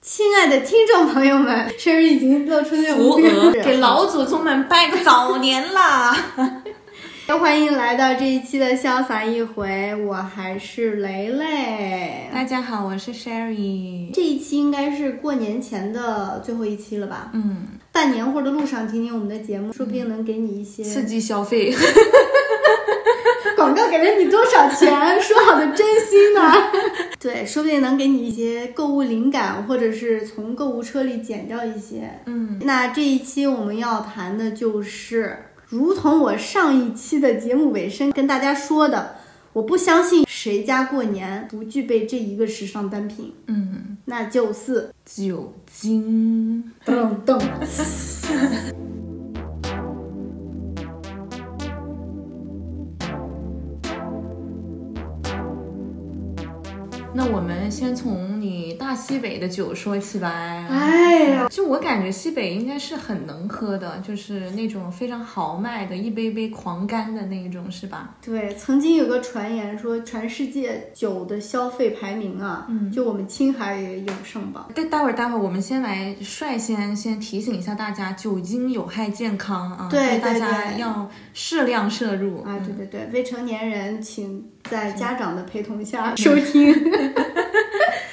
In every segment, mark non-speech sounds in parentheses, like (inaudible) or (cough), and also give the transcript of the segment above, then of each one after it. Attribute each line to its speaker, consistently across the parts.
Speaker 1: 亲爱的听众朋友们，甚至已经露出那
Speaker 2: 扶
Speaker 1: 种
Speaker 2: 额，
Speaker 1: 表
Speaker 2: 给老祖宗们拜个早年啦！
Speaker 1: 欢迎来到这一期的潇洒一回，我还是雷雷。
Speaker 2: (laughs) 大家好，我是 Sherry。
Speaker 1: 这一期应该是过年前的最后一期了吧？
Speaker 2: 嗯，
Speaker 1: 办年货的路上听听我们的节目，说不定能给你一些
Speaker 2: 嗯刺激消费，
Speaker 1: 广告给了你多少钱？说好的真心呢？ (laughs) 对，说不定能给你一些购物灵感，或者是从购物车里捡到一些。
Speaker 2: 嗯，
Speaker 1: 那这一期我们要谈的就是，如同我上一期的节目尾声跟大家说的，我不相信谁家过年不具备这一个时尚单品，
Speaker 2: 嗯，
Speaker 1: 那就是
Speaker 2: 酒精。
Speaker 1: 噔噔。
Speaker 2: 那我们先从你大西北的酒说起吧。
Speaker 1: 哎呀，
Speaker 2: 就我感觉西北应该是很能喝的，就是那种非常豪迈的，一杯一杯狂干的那一种，是吧？
Speaker 1: 对，曾经有个传言说，全世界酒的消费排名啊，
Speaker 2: 嗯
Speaker 1: 就我们青海也有上榜。
Speaker 2: 待待会儿，待会儿，我们先来率先先提醒一下大家，酒精有害健康啊，
Speaker 1: 对
Speaker 2: 大
Speaker 1: 对
Speaker 2: 家
Speaker 1: 对
Speaker 2: 要适量摄入
Speaker 1: 啊，对对对，未成年人请在家长的陪同
Speaker 2: 嗯
Speaker 1: 下收
Speaker 2: (laughs)
Speaker 1: 听。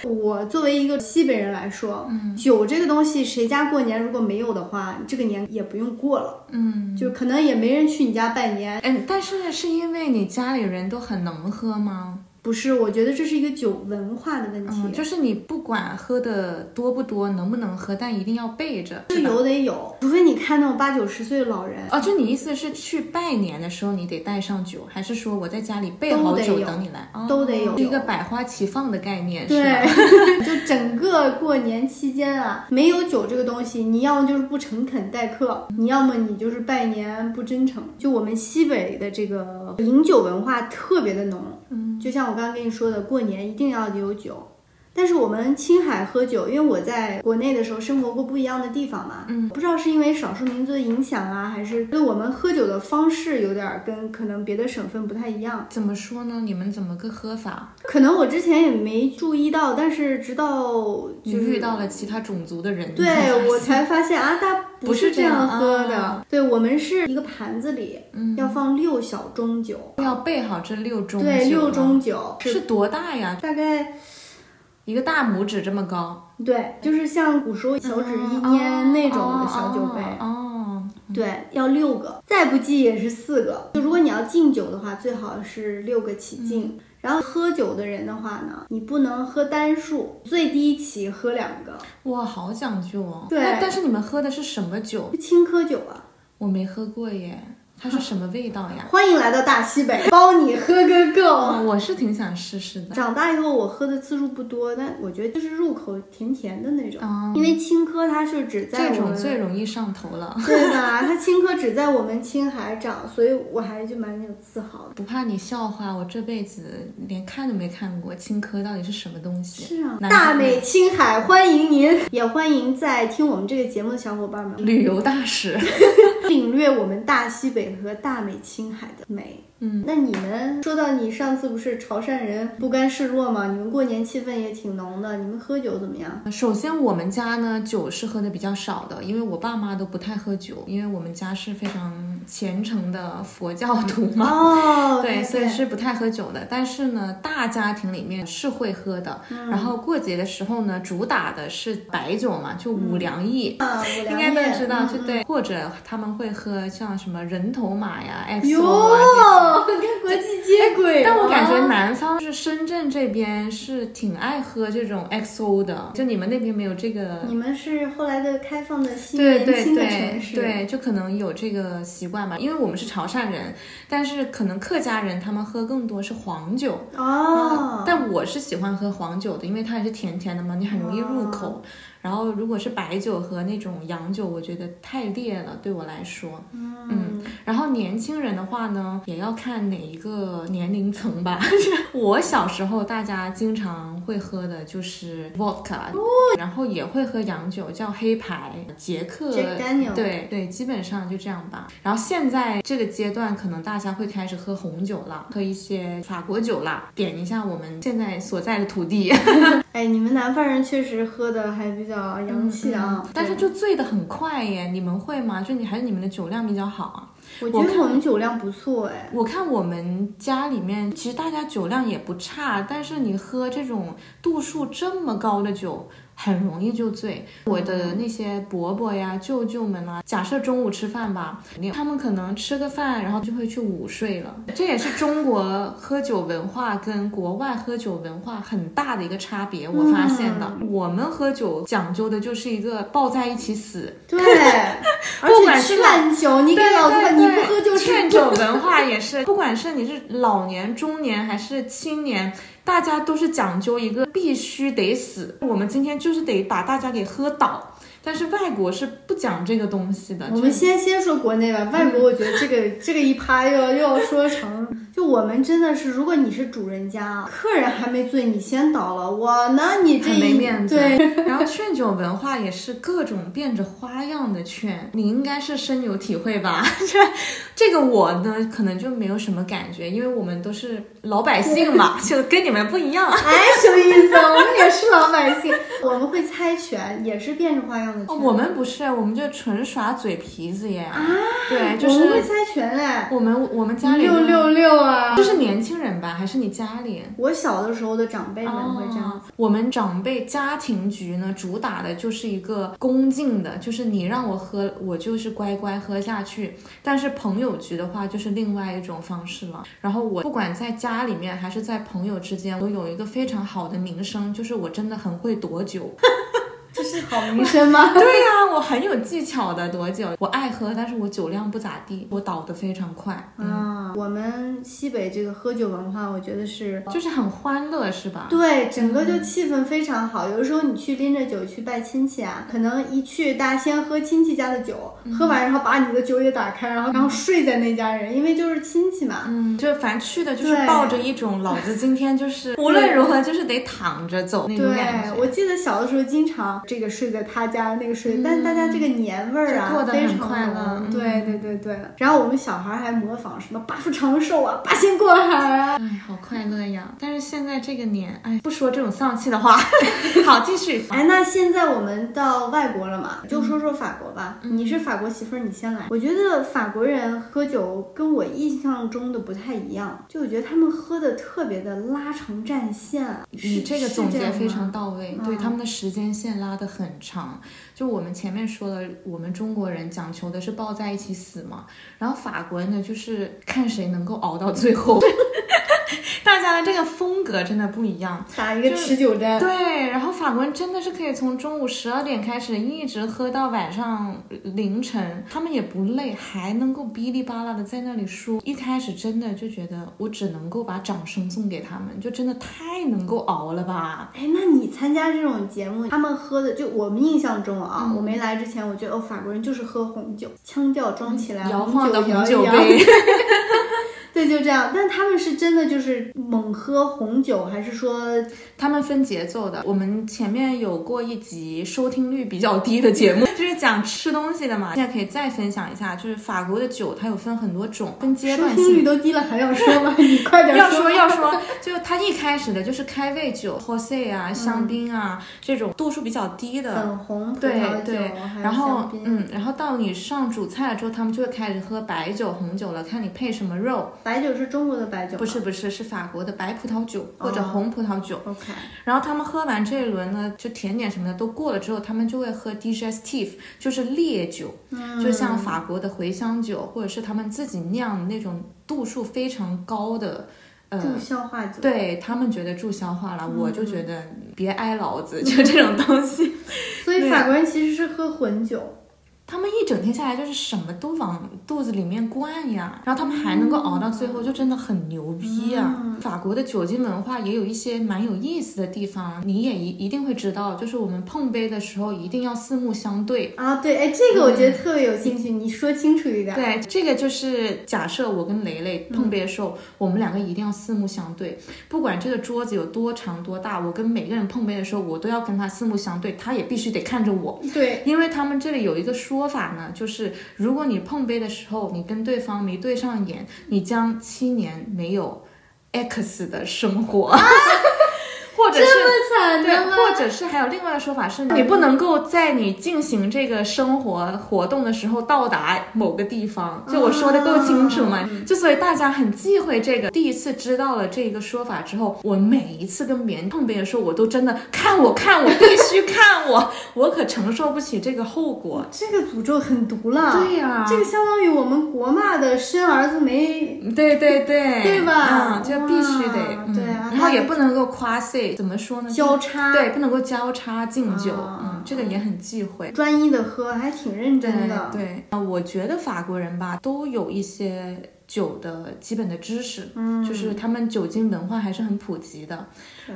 Speaker 1: 我作为一个西北人来说，
Speaker 2: 嗯
Speaker 1: 酒这个东西，谁家过年如果没有的话，这个年也不用过了，
Speaker 2: 嗯，
Speaker 1: 就可能也没人去你家拜年。
Speaker 2: 哎，但是是因为你家里人都很能喝吗？
Speaker 1: 不是，我觉得这是一个酒文化的问题。
Speaker 2: 嗯，就是你不管喝的多不多，能不能喝，但一定要备着。
Speaker 1: 是有得有，除非你看那种八九十岁的老人，
Speaker 2: 哦，就你意思是去拜年的时候你得带上酒，还是说我在家里备
Speaker 1: 都
Speaker 2: 好
Speaker 1: 得
Speaker 2: 酒
Speaker 1: 有
Speaker 2: 等你来？哦
Speaker 1: 都得有
Speaker 2: 是一个百花齐放的概念，是吧？
Speaker 1: 对， (laughs) 就整个过年期间啊，没有酒这个东西，你要么就是不诚恳待客，你要么你就是拜年不真诚。就我们西北的这个饮酒文化特别的浓，嗯，就像我刚刚跟你说的，过年一定要有酒。但是我们青海喝酒，因为我在国内的时候生活过不一样的地方嘛，嗯，不知道是因为少数民族的影响啊，还是对我们喝酒的方式有点儿跟可能别的省份不太一样。
Speaker 2: 怎么说呢？你们怎么个喝法？
Speaker 1: 可能我之前也没注意到，但是直到
Speaker 2: 你
Speaker 1: 就是
Speaker 2: 遇到了其他种族的人，你才
Speaker 1: 嗯对我才发现啊，它
Speaker 2: 不
Speaker 1: 不
Speaker 2: 是
Speaker 1: 是
Speaker 2: 这
Speaker 1: 这样
Speaker 2: 样嗯
Speaker 1: 喝的。
Speaker 2: 啊
Speaker 1: 对我们是一个盘子里、要放六小盅酒，
Speaker 2: 要备好这六盅酒
Speaker 1: 对，六
Speaker 2: 了
Speaker 1: 盅酒
Speaker 2: 是多大呀？
Speaker 1: 大概
Speaker 2: 一个大拇指这么高，
Speaker 1: 对，就是像古时候小指一
Speaker 2: 嗯
Speaker 1: 捏那种
Speaker 2: 哦
Speaker 1: 的小酒杯。
Speaker 2: 哦，
Speaker 1: 对，要六个，再不济也是四个。就如果你要敬酒的话，最好是六个起敬。
Speaker 2: 嗯
Speaker 1: 然后喝酒的人的话呢，你不能喝单数，最低起喝两个，
Speaker 2: 哇，好讲究哦。
Speaker 1: 对
Speaker 2: 那但是你们喝的是什么酒？
Speaker 1: 青稞酒啊。
Speaker 2: 我没喝过耶，它是什么味道呀？
Speaker 1: 欢迎来到大西北，包你喝个够。
Speaker 2: (laughs) 哦，我是挺想试试的。
Speaker 1: 长大以后我喝的次数不多，但我觉得就是入口甜甜的那种，
Speaker 2: 哦
Speaker 1: 因为青稞它是只在我
Speaker 2: 这种
Speaker 1: 们
Speaker 2: 最容易上头了，
Speaker 1: (laughs) 对吧？它青稞只在我们青海长，所以我还就蛮有自豪的。
Speaker 2: 不怕你笑话，我这辈子连看都没看过青稞到底是什么东西。
Speaker 1: 是啊，
Speaker 2: 难
Speaker 1: 大
Speaker 2: 怪
Speaker 1: 美青海欢迎您，也欢迎在听我们这个节目的小伙伴们
Speaker 2: 旅游大使，
Speaker 1: 领略我们大西北和大美青海的美。
Speaker 2: 嗯，
Speaker 1: 那你们说到你上次不是潮汕人不甘示弱吗？你们过年气氛也挺浓的，你们喝酒怎么样？
Speaker 2: (laughs) 首先我们家呢酒是喝的比较少的，因为我爸妈都不太喝酒，因为我们家是非常虔诚的佛教徒嘛。
Speaker 1: 哦，
Speaker 2: 对，所以是不太喝酒的。但是呢，大家庭里面是会喝的。
Speaker 1: 嗯
Speaker 2: 然后过节的时候呢，主打的是白酒嘛，就五粮液。
Speaker 1: 啊，五粮
Speaker 2: 应该
Speaker 1: 液
Speaker 2: 都知道，
Speaker 1: 嗯
Speaker 2: 就对，或者他们会喝像什么人头马呀、
Speaker 1: 哟，哦
Speaker 2: XO 啊这些。
Speaker 1: 跟国际接轨了。
Speaker 2: 哎但我感觉南方就是深圳这边是挺爱喝这种 XO 的，就你们那边没有这个
Speaker 1: 你们是后来的开放的新
Speaker 2: 对对
Speaker 1: 嗯年轻的
Speaker 2: 对
Speaker 1: 城市，
Speaker 2: 对，就可能有这个习惯吧，因为我们是潮汕人，但是可能客家人他们喝更多是黄酒，
Speaker 1: 哦，
Speaker 2: 但我是喜欢喝黄酒的，因为它也是甜甜的嘛，你很容易入口。然后如果是白酒和那种洋酒，我觉得太烈了，对我来说。
Speaker 1: 嗯，
Speaker 2: 然后年轻人的话呢，也要看哪一个年龄层吧。 (laughs) 我小时候大家经常会喝的就是 vodka，、然后也会喝洋酒，叫黑牌、捷克
Speaker 1: Jack Daniel
Speaker 2: 对对，基本上就这样吧。然后现在这个阶段，可能大家会开始喝红酒啦，喝一些法国酒啦，点一下我们现在所在的土地。
Speaker 1: 哎、哎，你们南方人确实喝的还比较洋气啊，
Speaker 2: 嗯但是就醉的很快耶。你们会吗？就你还是你们的酒量比较好啊？
Speaker 1: 我觉得我们酒量不错哎。
Speaker 2: 我看我们家里面其实大家酒量也不差，但是你喝这种嗯度数这么高的酒。很容易就醉。我的那些伯伯呀、舅舅们啊，假设中午吃饭吧，他们可能吃个饭，然后就会去午睡了。这也是中国喝酒文化跟国外喝酒文化很大的一个差别，我发现的。我们喝酒讲究的就是一个抱在一起死，
Speaker 1: 对，而
Speaker 2: (laughs) 不管
Speaker 1: 且
Speaker 2: 是
Speaker 1: 劝酒，你给
Speaker 2: 对
Speaker 1: 老子
Speaker 2: 对
Speaker 1: 看，你
Speaker 2: 对
Speaker 1: 不喝就
Speaker 2: 劝
Speaker 1: 是
Speaker 2: 酒文化也是，不管是你是老年、中年还是青年，大家都是讲究一个必须得死。我们今天就是得把大家给喝倒，但是外国是不讲这个东西的。
Speaker 1: 我们
Speaker 2: 就嗯
Speaker 1: 先先说国内吧，外国我觉得这个、这个一趴又要又要说长。就我们真的是，如果你是主人家，客人还没醉，你先倒了，哇，那你这
Speaker 2: 很没
Speaker 1: 一
Speaker 2: 面子 (laughs)
Speaker 1: 对，
Speaker 2: 然后劝酒文化也是各种变着花样的劝，你应该是深有体会吧？ (laughs) 这这个我呢可能就没有什么感觉，因为我们都是老百姓嘛，就跟你们不一样。
Speaker 1: 哎，什么意思啊？我们也是老百姓，我们会猜拳，也是变着花样的
Speaker 2: 哦，
Speaker 1: 劝。
Speaker 2: 我们不是，我们就纯耍嘴皮子耶。啊，对，就
Speaker 1: 我们会
Speaker 2: 是
Speaker 1: 猜拳哎，
Speaker 2: 我们我们家里
Speaker 1: 六六六啊！
Speaker 2: 就是年轻人吧，还是你家里？
Speaker 1: 我小的时候的长辈们会这样。
Speaker 2: 哦我们长辈家庭局呢，主打的就是一个恭敬的，就是你让我喝，我就是乖乖喝下去。但是朋友局的话，就是另外一种方式了。然后我不管在家里面还是在朋友之间，我有一个非常好的名声，就是我真的很会躲酒。
Speaker 1: 这是好
Speaker 2: 哦
Speaker 1: 名声吗？
Speaker 2: 对呀、我很有技巧的躲酒，我爱喝，但是我酒量不咋地，我倒得非常快，
Speaker 1: (laughs) 啊，我们西北这个喝酒文化，我觉得是
Speaker 2: 就是很欢乐，是吧？
Speaker 1: 对，整个就气氛非常好。有的时候你去拎着酒去拜亲戚啊，可能一去大家先喝亲戚家的酒，
Speaker 2: 嗯
Speaker 1: 喝完然后把你的酒也打开，然后然后睡在那家人，因为就是亲戚嘛。
Speaker 2: 嗯，就反正去的就是
Speaker 1: 对
Speaker 2: 抱着一种老子今天就是无论如何就是得躺着走那
Speaker 1: 对
Speaker 2: 种感觉，，
Speaker 1: 我记得小的时候经常这个睡在他家，那个睡，但大家这个年味儿啊，
Speaker 2: 嗯就过得
Speaker 1: 非
Speaker 2: 很
Speaker 1: 常
Speaker 2: 快乐嗯
Speaker 1: 浓对对对对，然后我们小孩还模仿什么八福长寿啊，八仙过海啊，
Speaker 2: 哎，好快乐呀！但是现在这个年，哎，不说这种丧气的话， (laughs) 好，继续。
Speaker 1: 哎，那现在我们到外国了嘛，就
Speaker 2: 嗯
Speaker 1: 说说法国吧。你是法国媳妇儿，你先来。我觉得法国人喝酒跟我印象中的不太一样，就我觉得他们喝的特别的拉长战线啊。
Speaker 2: 你
Speaker 1: 是
Speaker 2: 这个
Speaker 1: 是
Speaker 2: 总结
Speaker 1: 样吗
Speaker 2: 非常 (laughs) 到位，对
Speaker 1: 嗯
Speaker 2: 他们的时间线拉得很长。就我们前面说了，我们中国人讲求的是抱在一起死嘛，然后法国人呢就是看谁能够熬到最后， (laughs) 大家的这个风格真的不一样。呃
Speaker 1: 打一个持久战。
Speaker 2: 对，然后法国人真的是可以从中午十二点开始一直喝到晚上凌晨，他们也不累，还能够哔哩吧啦的在那里说。一开始真的就觉得我只能够把掌声送给他们，就真的太能够熬了吧。
Speaker 1: 哎，那你参加这种节目，他们喝的就我们印象中啊，
Speaker 2: 嗯
Speaker 1: 我没来之前，我觉得哦，法国人就是喝红酒，腔调装起来，
Speaker 2: 嗯摇晃的红
Speaker 1: 红
Speaker 2: 酒
Speaker 1: 酒摇一摇
Speaker 2: 杯，
Speaker 1: (laughs)
Speaker 2: (laughs)
Speaker 1: 对，就这样。但他们是真的就是猛喝红酒，还是说
Speaker 2: 他们分节奏的。我们前面有过一集收听率比较低的节目，就是讲吃东西的嘛。现在可以再分享一下，就是法国的酒，它有分很多种，分阶
Speaker 1: 收
Speaker 2: 段
Speaker 1: 听
Speaker 2: 性
Speaker 1: 率。都低了还要说吗？
Speaker 2: (laughs)
Speaker 1: 你快点
Speaker 2: 要
Speaker 1: 说 (laughs)
Speaker 2: 说要说，就它一开始的就是开胃酒、Jose
Speaker 1: 嗯
Speaker 2: 啊、香槟啊、这种度数比较低的。
Speaker 1: 粉红葡
Speaker 2: 对
Speaker 1: 萄酒，
Speaker 2: 对
Speaker 1: 还，有
Speaker 2: 然后
Speaker 1: 香槟
Speaker 2: 嗯，然后到你上主菜了之后，他们就会开始喝白酒、红酒了，看你配什么肉。
Speaker 1: 白酒是中国的白酒吗，
Speaker 2: 不是不是，是法国的白葡萄酒或者
Speaker 1: 哦
Speaker 2: 红葡萄酒。
Speaker 1: OK，
Speaker 2: 然后他们喝完这一轮呢，就甜点什么的都过了之后，他们就会喝 digestive，就是烈酒，
Speaker 1: 嗯
Speaker 2: 就像法国的茴香酒，或者是他们自己酿的那种度数非常高的，呃，
Speaker 1: 助消化酒。
Speaker 2: 对他们觉得助消化了，我就觉得别挨老子，就这种东西。
Speaker 1: 所以
Speaker 2: 对
Speaker 1: 法国人其实是喝混酒，
Speaker 2: 他们一整天下来就是什么都往肚子里面灌呀，然后他们还能够熬到最后，就真的很牛逼呀、法国的酒精文化也有一些蛮有意思的地方，你也一一定会知道，就是我们碰杯的时候一定要四目相对。嗯
Speaker 1: 啊，对，哎，这个我觉得特别有兴趣，你说清楚一点。
Speaker 2: 对，这个就是假设我跟雷雷碰杯的时候，我们两个一定要四目相对，不管这个桌子有多长多大，我跟每个人碰杯的时候，我都要跟他四目相对，他也必须得看着我。
Speaker 1: 对，
Speaker 2: 因为他们这里有一个说法呢，就是如果你碰杯的时候，你跟对方没对上眼， (laughs) 你将七年没有 X 的生活。或
Speaker 1: 这
Speaker 2: 者是。
Speaker 1: 么惨
Speaker 2: 对，
Speaker 1: 的吗？
Speaker 2: 或者是还有另外的说法是，
Speaker 1: 嗯
Speaker 2: 你不能够在你进行这个生活活动的时候到达某个地方。
Speaker 1: 嗯
Speaker 2: 就我说的够清楚吗？就所以大家很忌讳这个。第一次知道了这个说法之后，我每一次跟别人碰别人说，我都真的看我看我必须
Speaker 1: (laughs)
Speaker 2: 看我，我可承受不起这个后果。
Speaker 1: 这个诅咒很毒了。啊
Speaker 2: 对啊呀
Speaker 1: 这个相当于我们国骂的生儿子没
Speaker 2: 对对对，
Speaker 1: 对吧
Speaker 2: 嗯，就必须得
Speaker 1: 哇，
Speaker 2: 嗯
Speaker 1: 对啊
Speaker 2: 然后也不能够夸 C，怎么说呢？
Speaker 1: 交叉，
Speaker 2: 嗯对，不能够交叉敬酒，
Speaker 1: 啊
Speaker 2: 嗯，这个也很忌讳。
Speaker 1: 专一的喝，还挺认真的。
Speaker 2: 对对，啊，我觉得法国人吧，都有一些酒的基本的知识，嗯，就是他们酒精文化还是很普及的。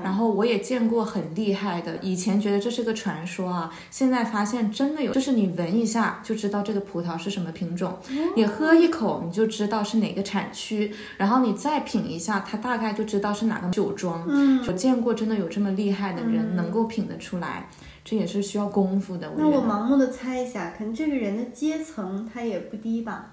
Speaker 2: 然后我也见过很厉害的，以前觉得这是个传说啊，现在发现真的有，就是你闻一下就知道这个葡萄是什么品种，
Speaker 1: 哦
Speaker 2: 你喝一口你就知道是哪个产区，然后你再品一下，它大概就知道是哪个酒庄。
Speaker 1: 嗯，
Speaker 2: 我见过真的有这么厉害的人能够品得出来，这也是需要功夫的。
Speaker 1: 那
Speaker 2: 觉
Speaker 1: 我
Speaker 2: 得
Speaker 1: 盲目的猜一下，可能这个人的阶层他也不低吧？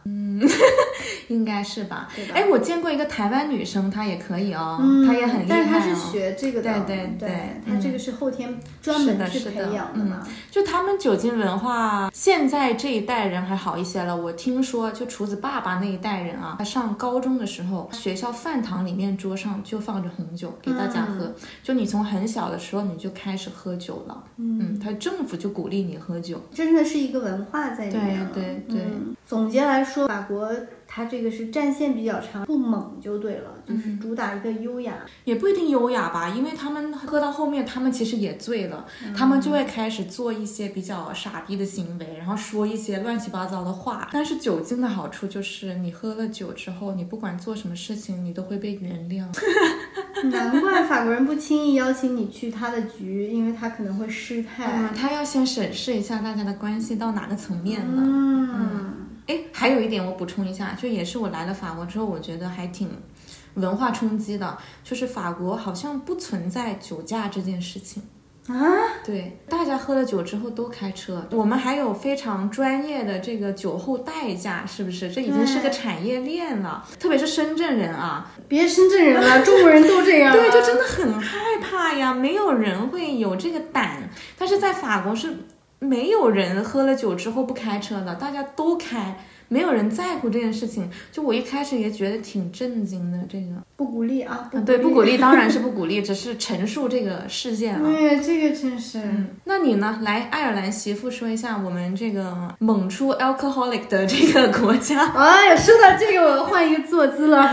Speaker 2: 应该是吧
Speaker 1: 对吧？
Speaker 2: 哎，我见过一个台湾女生，她也可以哦，
Speaker 1: 嗯，
Speaker 2: 她也很厉害、
Speaker 1: 但
Speaker 2: 哦。
Speaker 1: 是他是学这个的，
Speaker 2: 对对
Speaker 1: 对
Speaker 2: 对嗯
Speaker 1: 他这个是后天专门
Speaker 2: 是的
Speaker 1: 去
Speaker 2: 是
Speaker 1: 培
Speaker 2: 的嗯
Speaker 1: 养的嘛？
Speaker 2: 就他们酒精文化，现在这一代人还好一些了。我听说，就厨子爸爸那一代人啊，他上高中的时候，学校饭堂里面桌上就放着红酒给大家喝。
Speaker 1: 嗯
Speaker 2: 就你从很小的时候你就开始喝酒了，嗯，他政府就鼓励你喝酒。
Speaker 1: 真的是一个文化在里
Speaker 2: 对
Speaker 1: 面了。
Speaker 2: 对对
Speaker 1: 嗯总结来说，法国它这个是战线比较长，不猛就对了，
Speaker 2: 嗯
Speaker 1: 就是主打一个优雅。
Speaker 2: 也不一定优雅吧，因为他们喝到后面，他们其实也醉了，他们就会开始做一些比较傻逼的行为，然后说一些乱七八糟的话。但是酒精的好处就是，你喝了酒之后，你不管做什么事情，你都会被原谅。
Speaker 1: 难怪法国人不轻易邀请你去他的局，因为他可能会失态。
Speaker 2: 嗯，他要先审视一下大家的关系到哪个层面了。
Speaker 1: 嗯，
Speaker 2: 哎，还有一点我补充一下，就也是我来了法国之后，我觉得还挺文化冲击的，就是法国好像不存在酒驾这件事情。
Speaker 1: 啊，
Speaker 2: 对，大家喝了酒之后都开车，我们还有非常专业的这个酒后代驾，是不是？这已经是个
Speaker 1: 对
Speaker 2: 产业链了，特别是深圳人啊，
Speaker 1: 别深圳人了，中国人都这样啊。
Speaker 2: 对，就真的很害怕呀，没有人会有这个胆。但是在法国是没有人喝了酒之后不开车的，大家都开，没有人在乎这件事情。就我一开始也觉得挺震惊的，这个，
Speaker 1: 不鼓励啊，
Speaker 2: 嗯，对，不鼓励当然是不鼓励，只是陈述这个事件啊。
Speaker 1: 对，这个真是。
Speaker 2: 嗯，那你呢？来爱尔兰媳妇说一下我们这个猛出 alcoholic 的这个国家。
Speaker 1: 哎呀，说到这个，我换一个坐姿
Speaker 2: (laughs)
Speaker 1: 了。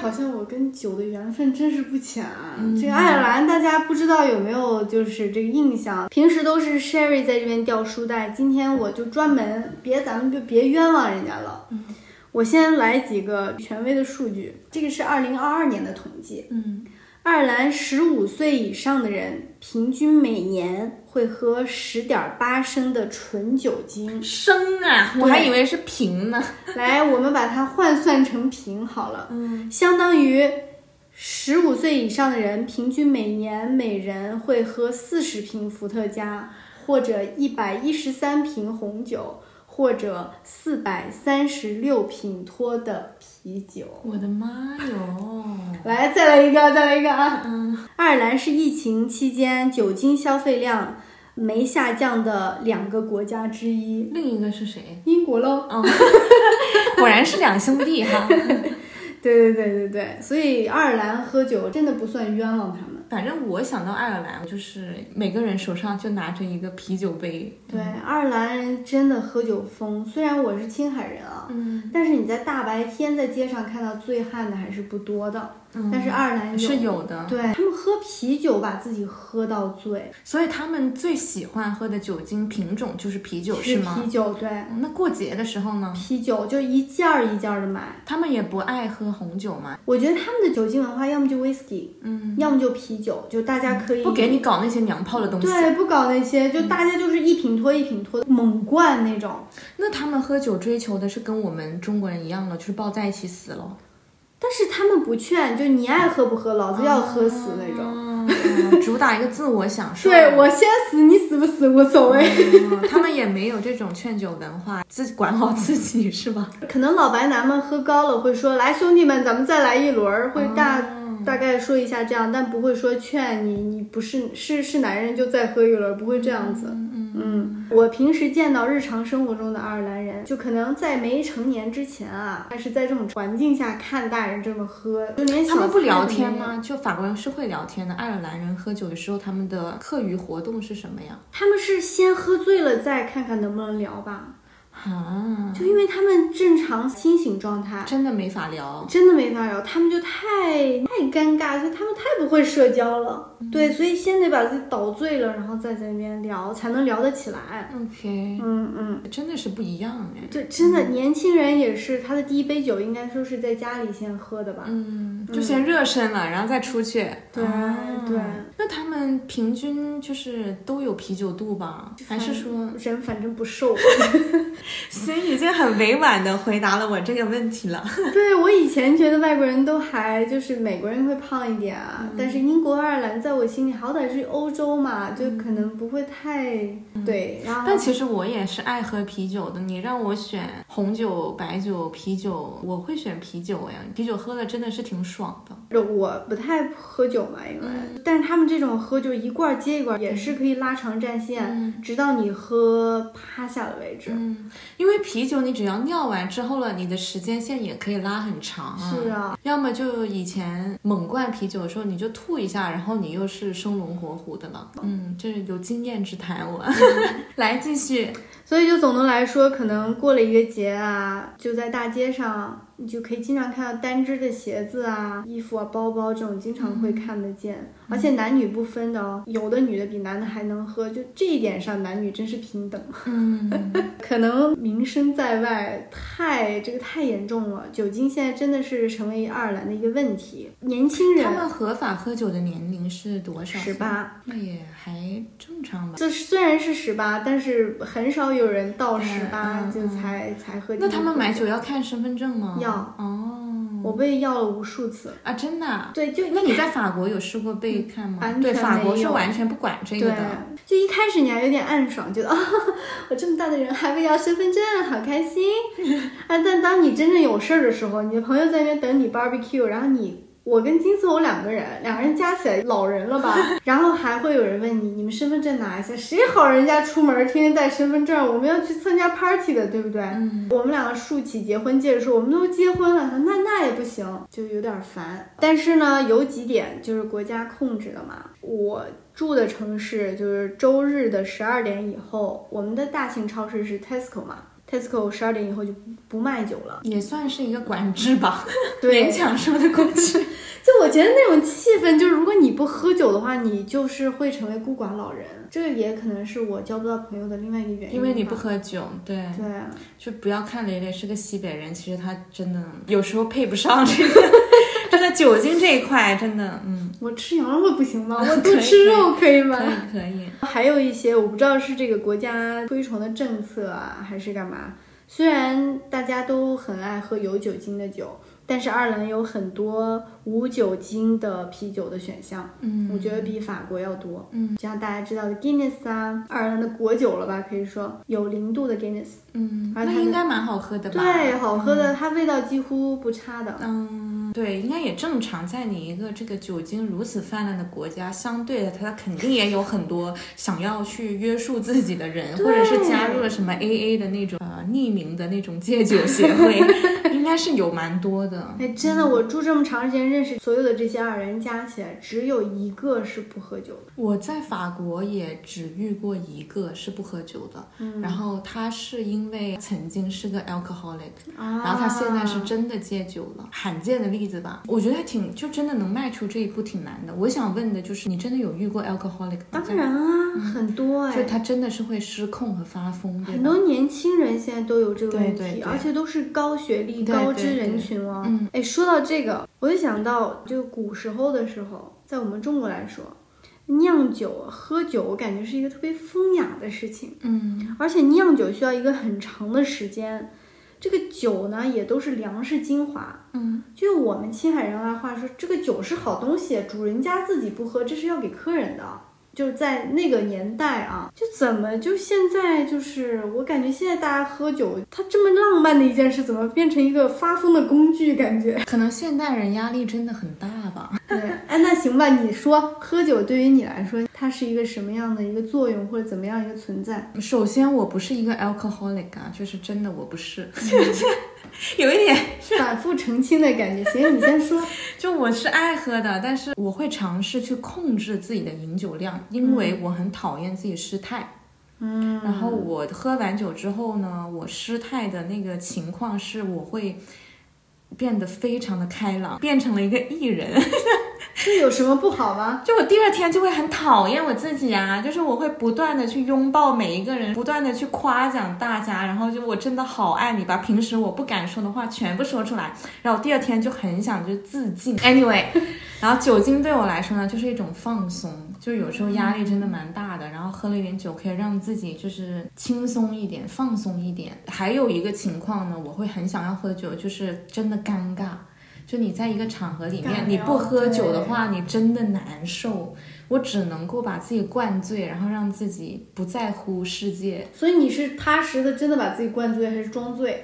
Speaker 1: 好像我跟酒的缘分真是不浅啊。
Speaker 2: 嗯
Speaker 1: 这个爱尔兰，大家不知道有没有就是这个印象？平时都是 Sherry 在这边掉书袋，今天我就专门别咱们就别冤枉人家了。
Speaker 2: 嗯
Speaker 1: 我先来几个权威的数据，这个是二零二二年的统计，
Speaker 2: 嗯，
Speaker 1: 爱尔兰十五岁以上的人平均每年会喝十点八升的纯酒精。
Speaker 2: 升啊，我还以为是平呢。
Speaker 1: (laughs) 来，我们把它换算成瓶好了，嗯，相当于十五岁以上的人平均每年每人会喝四十瓶伏特加，或者一百一十三瓶红酒，或者四百三十六品脱的啤酒。
Speaker 2: 我的妈哟！
Speaker 1: 来，再来一个，再来一个啊！嗯，爱尔兰是疫情期间酒精消费量没下降的两个国家之一，
Speaker 2: 另一个是谁？
Speaker 1: 英国喽。
Speaker 2: 嗯 (laughs) 果然是两兄弟哈。
Speaker 1: 对对对对对，所以爱尔兰喝酒真的不算冤枉他们。
Speaker 2: (laughs) 反正我想到爱尔兰，就是每个人手上就拿着一个啤酒杯。
Speaker 1: 对，爱尔兰人真的喝酒疯。虽然我是青海人啊，
Speaker 2: 嗯，
Speaker 1: 但是你在大白天在街上看到醉汉的还是不多的。但是爱尔兰
Speaker 2: 嗯是
Speaker 1: 有，
Speaker 2: 有的，
Speaker 1: 对他们喝啤酒把自己喝到醉，
Speaker 2: 所以他们最喜欢喝的酒精品种就是啤酒，
Speaker 1: 是
Speaker 2: 是
Speaker 1: 啤
Speaker 2: 吗？
Speaker 1: 酒，对，
Speaker 2: 那过节的时候呢？
Speaker 1: 啤酒就一件儿一件的买。
Speaker 2: 他们也不爱喝红酒嘛，
Speaker 1: 我觉得他们的酒精文化要么就 whisky，
Speaker 2: 嗯，
Speaker 1: 要么就啤酒，就大家可以
Speaker 2: 不给你搞那些娘炮的东西。
Speaker 1: 对，不搞那些，就大家就是一品脱一品脱，猛灌那种。
Speaker 2: 那他们喝酒追求的是跟我们中国人一样的，就是抱在一起死了。
Speaker 1: 但是他们不劝，就你爱喝不喝，老子要喝死那种。
Speaker 2: 嗯，主打一个自我享受。
Speaker 1: 对我先死，你死不死无所谓。
Speaker 2: 嗯他们也没有这种劝酒文化， (laughs) 自己管好自己是吧？嗯
Speaker 1: 可能老白男们喝高了会说：“来，兄弟们，咱们再来一轮儿。”会大大概说一下这样，但不会说劝你，你不是是是男人就再喝一轮，不会这样子。
Speaker 2: 嗯
Speaker 1: 嗯，我平时见到日常生活中的爱尔兰人，就可能在没成年之前啊，但是在这种环境下看大人这么喝，就连
Speaker 2: 他们
Speaker 1: 小
Speaker 2: 不
Speaker 1: 孩
Speaker 2: 聊
Speaker 1: 子
Speaker 2: 天
Speaker 1: 没有？
Speaker 2: 吗？就法国人是会聊天的。爱尔兰人喝酒的时候，他们的课余活动是什么呀？
Speaker 1: 他们是先喝醉了再看看能不能聊吧，
Speaker 2: 啊，
Speaker 1: 就因为他们正常清醒状态。
Speaker 2: 真的没法聊。
Speaker 1: 真的没法聊，他们就太太尴尬，就他们太不会社交了。
Speaker 2: 嗯
Speaker 1: 对，所以先得把自己倒醉了，然后再在那边聊，才能聊得起来。
Speaker 2: OK，
Speaker 1: 嗯嗯，
Speaker 2: 真的是不一样哎。
Speaker 1: 就真的年轻人也是，他的第一杯酒应该说是在家里先喝的吧？
Speaker 2: 嗯，就先热身了，然后再出去。
Speaker 1: 对
Speaker 2: 啊
Speaker 1: 对。
Speaker 2: 那他们平均就是都有啤酒肚吧？还是说，
Speaker 1: 人反正不
Speaker 2: (laughs)
Speaker 1: 瘦。
Speaker 2: 所以已经很委婉的回答了我这个问题了。
Speaker 1: 对我以前觉得外国人都还就是美国人会胖一点啊，
Speaker 2: 嗯
Speaker 1: 但是英国、爱尔兰在我心里好歹是欧洲嘛，就可能不会太、对。然后
Speaker 2: 嗯但其实我也是爱喝啤酒的，你让我选红酒、白酒、啤酒，我会选啤酒呀。啤酒喝了真的是挺爽的。
Speaker 1: 我不太喝酒嘛，因为，但是他们这种喝就一罐儿接一罐儿，也是可以拉长战线，直到你喝趴下了为止。
Speaker 2: 嗯，因为啤酒你只要尿完之后了，你的时间线也可以拉很长啊。
Speaker 1: 是啊，
Speaker 2: 要么就以前猛灌啤酒的时候，你就吐一下，然后你又是生龙活虎的了。嗯，这是有经验之谈我。
Speaker 1: 嗯
Speaker 2: (laughs) 来继续，
Speaker 1: 所以就总的来说，可能过了一个节啊，就在大街上，你就可以经常看到单只的鞋子啊、衣服啊、包包这种，经常会看得见。而且男女不分的哦，有的女的比男的还能喝，就这一点上，男女真是平等。
Speaker 2: 嗯，
Speaker 1: 可能名声在外太这个太严重了，酒精现在真的是成为爱尔兰的一个问题。年轻
Speaker 2: 他
Speaker 1: 人
Speaker 2: 们合法喝酒的年龄是多少？
Speaker 1: 十，八，
Speaker 2: 那也还正常吧。
Speaker 1: 这虽然是十八，但是很少有人到十八
Speaker 2: 嗯嗯
Speaker 1: 就才、才喝。
Speaker 2: 那他们买酒要看身份证吗？
Speaker 1: 要
Speaker 2: 哦
Speaker 1: 我被要了无数次。
Speaker 2: 啊，真的啊、
Speaker 1: 对，就
Speaker 2: 那你在法国有试过被看吗？
Speaker 1: 嗯完
Speaker 2: 对，
Speaker 1: 全
Speaker 2: 法
Speaker 1: 没
Speaker 2: 国是
Speaker 1: 有
Speaker 2: 完全不管这个
Speaker 1: 对
Speaker 2: 的。，
Speaker 1: 就一开始你还有点暗爽，觉得啊、 (laughs) 我这么大的人还被要身份证，好开心 (laughs) 啊！但当你真正有事儿的时候，你的朋友在那边等你 barbecue，然后你。我跟金丝猴两个人，两个人加起来老人了吧？然后还会有人问你，你们身份证拿一下，谁好人家出门儿天天带身份证？我们要去参加 party 的，对不对？
Speaker 2: 嗯，
Speaker 1: 我们两个竖起结婚戒指说，我们都结婚了，那那也不行，就有点烦。但是呢，有几点就是国家控制的嘛。我住的城市就是周日的十二点以后，我们的大型超市是 Tesco 嘛，Tesco 十二点以后就不不卖酒了。
Speaker 2: 也算是一个管制吧，
Speaker 1: (laughs) 对
Speaker 2: 勉，强说得过去。
Speaker 1: 就我觉得那种气氛，就是如果你不喝酒的话，你就是会成为孤寡老人。这个也可能是我交不到朋友的另外一个原因吧，
Speaker 2: 因为你不喝酒，对，
Speaker 1: 对啊。
Speaker 2: 就不要看蕾蕾是个西北人，其实她真的有时候配不上这个， (laughs) 真的酒精这一块，真的，嗯，
Speaker 1: 我吃羊肉不行
Speaker 2: (laughs)
Speaker 1: 吗？我
Speaker 2: 可以
Speaker 1: 多吃肉可以吗？
Speaker 2: 可以可以，
Speaker 1: 还有一些我不知道是这个国家推崇的政策啊，还是干嘛。虽然大家都很爱喝有酒精的酒，但是爱尔兰有很多无酒精的啤酒的选项，
Speaker 2: 嗯，
Speaker 1: 我觉得比法国要多。
Speaker 2: 嗯，
Speaker 1: 像大家知道的 Guinness 啊，爱尔兰的国酒了吧，可以说有零度的 Guinness，
Speaker 2: 嗯，
Speaker 1: 而
Speaker 2: 那
Speaker 1: 它的
Speaker 2: 应该蛮好喝的吧？
Speaker 1: 对，好喝的，它味道几乎不差的。
Speaker 2: 嗯，对，应该也正常。在你一个这个酒精如此泛滥的国家，相对的，它肯定也有很多想要去约束自己的人，或者是加入了什么 AA 的那种呃匿名的那种戒酒协会，应该是有蛮多的。
Speaker 1: 哎，真的，我住这么长时间，认识所有的这些爱尔兰人加起来，只有一个是不喝酒的。
Speaker 2: 我在法国也只遇过一个是不喝酒的，然后他是因为曾经是个 alcoholic，、
Speaker 1: 啊、
Speaker 2: 然后他现在是真的戒酒了，罕见的例子吧。我觉得还挺，就真的能迈出这一步挺难的。我想问的就是，你真的有遇过 alcoholic 吗？
Speaker 1: 当然啊，
Speaker 2: 嗯
Speaker 1: 很多
Speaker 2: 就
Speaker 1: 哎，
Speaker 2: 他真的是会失控和发疯，对
Speaker 1: 很
Speaker 2: 吧？
Speaker 1: 多年轻人现在都有这个问题，
Speaker 2: 对对对
Speaker 1: 而且都是高学历、
Speaker 2: 对
Speaker 1: 高知人群哦。
Speaker 2: 对对嗯
Speaker 1: 哎，说到这个，我就想到，就古时候的时候，在我们中国来说，酿酒、喝酒，我感觉是一个特别风雅的事情，
Speaker 2: 嗯，
Speaker 1: 而且酿酒需要一个很长的时间。这个酒呢，也都是粮食精华。
Speaker 2: 嗯，
Speaker 1: 就我们青海人来话说，这个酒是好东西，主人家自己不喝，这是要给客人的。就是在那个年代啊，就怎么就现在就是我感觉现在大家喝酒，它这么浪漫的一件事，怎么变成一个发疯的工具？感觉 (laughs)
Speaker 2: 可能现代人压力真的很大吧。
Speaker 1: 对，哎，那行吧，你说喝酒对于你来说，它是一个什么样的一个作用，或者怎么样一个存
Speaker 2: (laughs)
Speaker 1: 在？
Speaker 2: 首先，我不是一个 alcoholic 啊，就是真的我不是，有一点
Speaker 1: 反复澄清的感觉。行，你先说。
Speaker 2: 就我是爱喝的，但是我会尝试去控制自己的饮酒量，因为我很讨厌自己失态。
Speaker 1: 嗯，
Speaker 2: 然后我喝完酒之后呢，我失态的那个情况是我会变得非常的开朗，变成了一个艺人。 (laughs)
Speaker 1: (laughs) 这有什么不好吗？
Speaker 2: 就我第二天就会很讨厌我自己啊，就是我会不断的去拥抱每一个人，不断的去夸奖大家，然后就我真的好爱你，把平时我不敢说的话全部说出来，然后第二天就很想就自尽。Anyway，然 (laughs) 后酒精对我来说呢，就是一种放松，就有时候压力真的蛮大的，然后喝了一点酒可以让自己就是轻松一点，放松一点。还有一个情况呢，我会很想要喝酒，就是真的尴尬。就你在一个场合里
Speaker 1: 尬聊
Speaker 2: 面，你不喝酒的话，你真的难受。我只能够把自己灌醉，然后让自己不在乎世界。
Speaker 1: 所以你是踏实的，真的把自己灌醉，还是装醉？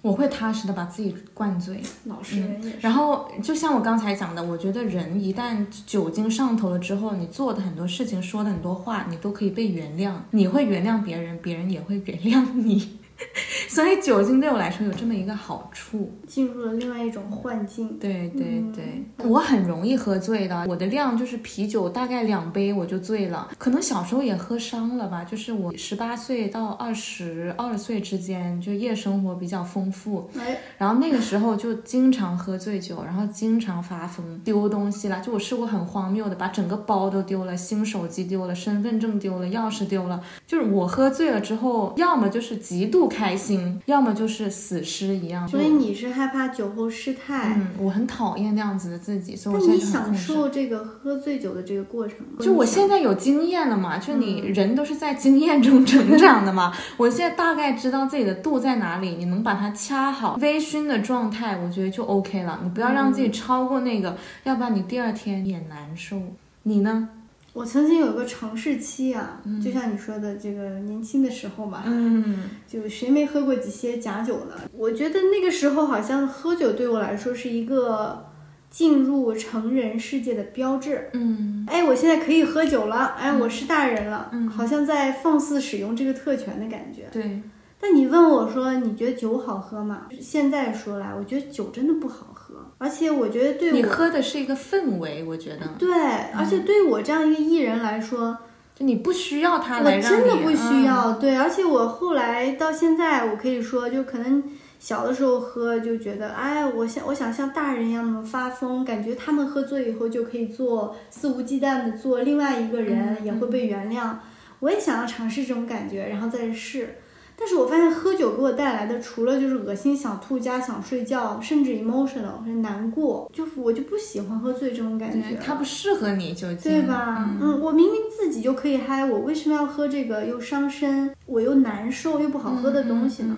Speaker 2: 我会踏实的把自己灌醉。
Speaker 1: 老实人也是。
Speaker 2: 然后就像我刚才讲的，我觉得人一旦酒精上头了之后，你做的很多事情、说的很多话，你都可以被原谅。你会原谅别人，别人也会原谅你。 (laughs) 所以酒精对我来说有这么一个好处。
Speaker 1: 进入了另外一种幻境。
Speaker 2: 对对对，我很容易喝醉的，我的量就是啤酒大概两杯我就醉了，可能小时候也喝伤了吧，就是我十八岁到二十二岁之间，就夜生活比较丰富，
Speaker 1: 哎，
Speaker 2: 然后那个时候就经常喝醉酒，然后经常发疯，丢东西啦，就我试过很荒谬的，把整个包都丢了，新手机丢了，身份证丢了，钥匙丢了，就是我喝醉了之后，要么就是极度开心，要么就是死尸一样，
Speaker 1: 所以你是害怕酒后失态，
Speaker 2: 嗯，我很讨厌那样子的自己，所以
Speaker 1: 那
Speaker 2: 我现在
Speaker 1: 你
Speaker 2: 就很
Speaker 1: 享
Speaker 2: 控制。
Speaker 1: 受这个喝醉酒的这个过程吗？
Speaker 2: 就我现在有经验了嘛，就你
Speaker 1: 嗯
Speaker 2: 人都是在经验中成长的嘛。我现在大概知道自己的度在哪里，你能把它掐好，微醺的状态，我觉得就 OK 了。你不要让自
Speaker 1: 嗯
Speaker 2: 己超过那个，要不然你第二天也难受。你呢？
Speaker 1: 我曾经有一个尝试期啊，就像你说的，这个年轻的时候嘛，
Speaker 2: 嗯，
Speaker 1: 就谁没喝过几些假酒呢？我觉得那个时候好像喝酒对我来说是一个进入成人世界的标志。
Speaker 2: 嗯，
Speaker 1: 哎，我现在可以喝酒了，哎，我是大人了，好像在放肆使用这个特权的感觉。
Speaker 2: 对，
Speaker 1: 但你问我说，你觉得酒好喝吗？现在说来，我觉得酒真的不好喝，而且我觉得对
Speaker 2: 你
Speaker 1: 我
Speaker 2: 喝嗯的是一个氛围，我觉得，
Speaker 1: 对，而且对我这样一个艺人来说，
Speaker 2: 就你不需要它来
Speaker 1: 我
Speaker 2: 让你。
Speaker 1: 真的不需
Speaker 2: 嗯。
Speaker 1: 要，对，而且我后来到现在，我可以说，就可能小的时候喝就觉得，哎，我想我想像大人一样那么发疯，感觉他们喝醉以后就可以做肆无忌惮的做另外一个人，
Speaker 2: 嗯
Speaker 1: 也会被原谅。我也想要尝试这种感觉，然后再试。但是我发现喝酒给我带来的，除了就是恶心、想吐加想睡觉，甚至 emotional 是难过，就是我就不喜欢喝醉这种感觉
Speaker 2: 对，。它不适合你酒精，
Speaker 1: 对吧？嗯，我明明自己就可以嗨，我为什么要喝这个又伤身、我又难受又不好喝的东
Speaker 2: 嗯
Speaker 1: 西呢？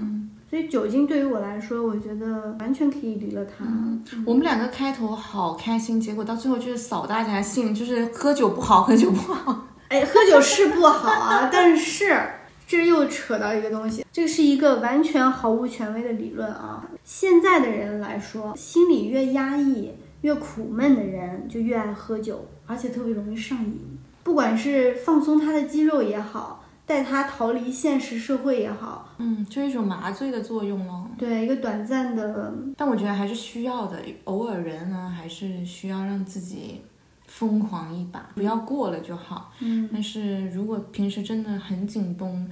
Speaker 1: 所以酒精对于我来说，我觉得完全可以离了它。
Speaker 2: 嗯我们两个开头好开心，结果到最后就是扫大家兴，就是喝酒不好，喝酒不好。
Speaker 1: 哎，喝酒是不好啊，但是 (laughs) 这又扯到一个东西，这是一个完全毫无权威的理论啊。现在的人来说，心里越压抑、越苦闷的人，就越爱喝酒，而且特别容易上瘾。不管是放松他的肌肉也好，带他逃离现实社会也好，
Speaker 2: 嗯，就一种麻醉的作用咯。
Speaker 1: 对，一个短暂的，
Speaker 2: 但我觉得还是需要的，偶尔人呢还是需要让自己疯狂一把，不要过了就好。
Speaker 1: 嗯，
Speaker 2: 但是如果平时真的很紧绷，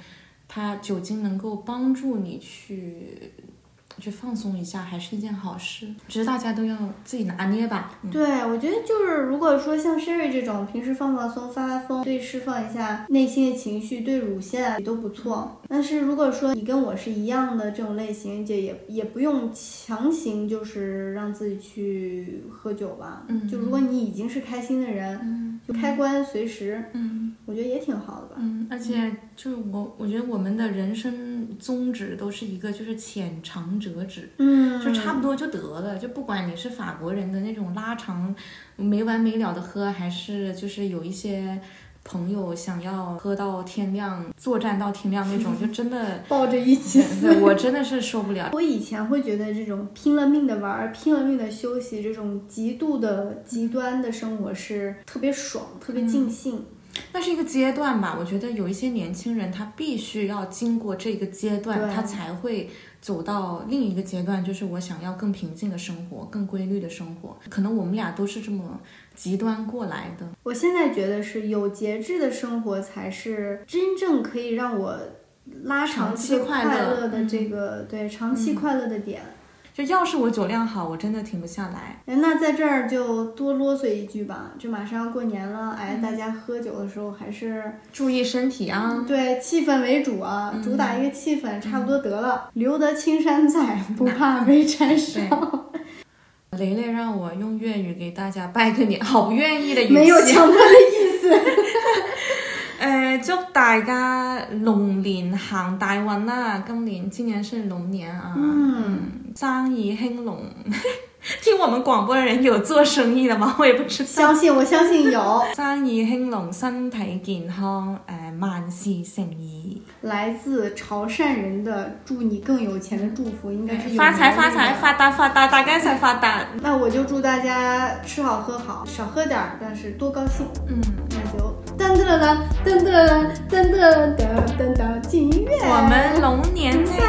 Speaker 2: 它酒精能够帮助你去。去放松一下，还是一件好事。只是大家都要自己拿捏吧。
Speaker 1: 对我觉得就是，如果说像 Sherry 这种平时放放松、发发疯，对释放一下内心的情绪，对乳腺啊也都不错。但是如果说你跟我是一样的这种类型，姐也也不用强行就是让自己去喝酒吧。
Speaker 2: 嗯
Speaker 1: 就如果你已经是开心的人，
Speaker 2: 嗯
Speaker 1: 就开关随时，
Speaker 2: 嗯。
Speaker 1: 我觉得也挺好的吧。
Speaker 2: 嗯，而且就是我，我觉得我们的人生宗旨都是一个，就是浅尝辄止，
Speaker 1: 嗯，
Speaker 2: 就差不多就得了，就不管你是法国人的那种拉长没完没了的喝，还是就是有一些。朋友想要喝到天亮、作战到天亮那种，就
Speaker 1: (laughs)
Speaker 2: 真的
Speaker 1: 抱着一起
Speaker 2: 对对我真的是受不了。
Speaker 1: 我以前会觉得这种拼了命的玩儿、拼了命的休息，这种极度的极端的生活是特别爽、特
Speaker 2: 嗯
Speaker 1: 别尽兴。
Speaker 2: 那是一个阶段吧，我觉得有一些年轻人他必须要经过这个阶段，
Speaker 1: 对
Speaker 2: 他才会走到另一个阶段，就是我想要更平静的生活，更规律的生活。可能我们俩都是这么极端过来的。
Speaker 1: 我现在觉得是有节制的生活才是真正可以让我拉长
Speaker 2: 长期
Speaker 1: 这个
Speaker 2: 快
Speaker 1: 快
Speaker 2: 乐嗯
Speaker 1: 乐的这个、对长期快乐的点。
Speaker 2: 就要是我酒量好，我真的停不下来。
Speaker 1: 哎，那在这儿就多啰嗦一句吧，这马上要过年了，哎，大
Speaker 2: 嗯
Speaker 1: 家喝酒的时候还是
Speaker 2: 注意身体啊！
Speaker 1: 对气氛为主啊，主打一
Speaker 2: 嗯
Speaker 1: 个气氛，差不多得了，留得青山在，不怕 (laughs) 没柴烧。
Speaker 2: 雷雷让我用粤语给大家拜个年，好不愿意的语气。
Speaker 1: 没有强迫
Speaker 2: (laughs)
Speaker 1: 的意思。
Speaker 2: 呃，祝大家龍年行大運啦！今年今年是龍年啊，嗯，生意興隆。 (laughs) 聽我們廣播的人有做生意的嗎？我也不知道。
Speaker 1: 相信我，相信有。
Speaker 2: 生意興隆，身體健康，誒、萬事勝意，
Speaker 1: 来自潮汕人的祝你更有錢的祝福，应该是有
Speaker 2: 發財
Speaker 1: 年
Speaker 2: 發
Speaker 1: 味
Speaker 2: 財，
Speaker 1: 的
Speaker 2: 發達發達，大家一齊發達。
Speaker 1: 那我就祝大家吃好喝好，少喝点儿，但是多高兴。
Speaker 2: 嗯，
Speaker 1: 那就噔噔噔噔噔噔噔噔噔噔，进音乐。
Speaker 2: 我們龍年再